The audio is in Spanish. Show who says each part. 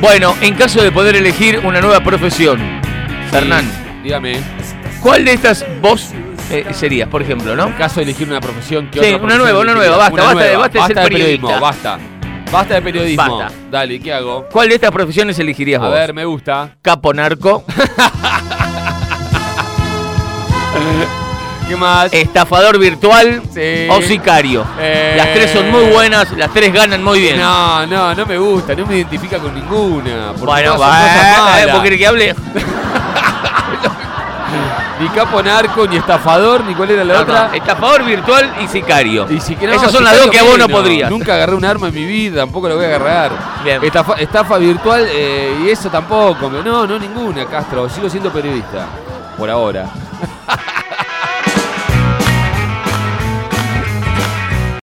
Speaker 1: Bueno, en caso de poder elegir una nueva profesión, Hernán,
Speaker 2: Dígame,
Speaker 1: ¿cuál de estas vos eh, serías, por ejemplo, no?
Speaker 2: en caso de elegir una profesión que
Speaker 1: Sí,
Speaker 2: otra
Speaker 1: una
Speaker 2: profesión
Speaker 1: nueva, una
Speaker 2: elegiría?
Speaker 1: nueva, basta, basta de- basta de ser periodista.
Speaker 2: periodismo, basta. Basta de periodismo.
Speaker 1: Basta.
Speaker 2: Dale, ¿qué hago?
Speaker 1: ¿Cuál de estas profesiones elegirías
Speaker 2: A
Speaker 1: vos?
Speaker 2: ver, me gusta.
Speaker 1: Capo narco,
Speaker 2: ¿Qué más?
Speaker 1: estafador virtual
Speaker 2: Sí.
Speaker 1: o sicario.
Speaker 2: Eh.
Speaker 1: Las tres son muy buenas, las tres ganan muy bien.
Speaker 2: No, no, no me gusta, no me identifica con ninguna. porque
Speaker 1: bueno, eh,
Speaker 2: todas son cosas
Speaker 1: va, a ver,
Speaker 2: malas.
Speaker 1: ¿vos querés que hable?
Speaker 2: Ni capo narco, ni estafador, ni cuál era la
Speaker 1: No,
Speaker 2: otra.
Speaker 1: no, Estafador virtual y sicario.
Speaker 2: Y si que no,
Speaker 1: Esas son
Speaker 2: si
Speaker 1: las
Speaker 2: tanto
Speaker 1: dos que a vos no
Speaker 2: menos.
Speaker 1: podrías.
Speaker 2: Nunca agarré un arma en mi vida, tampoco la voy a agarrar.
Speaker 1: Bien.
Speaker 2: Estafa, estafa virtual eh, y eso tampoco. No, no ninguna, Castro. Sigo siendo periodista. Por ahora.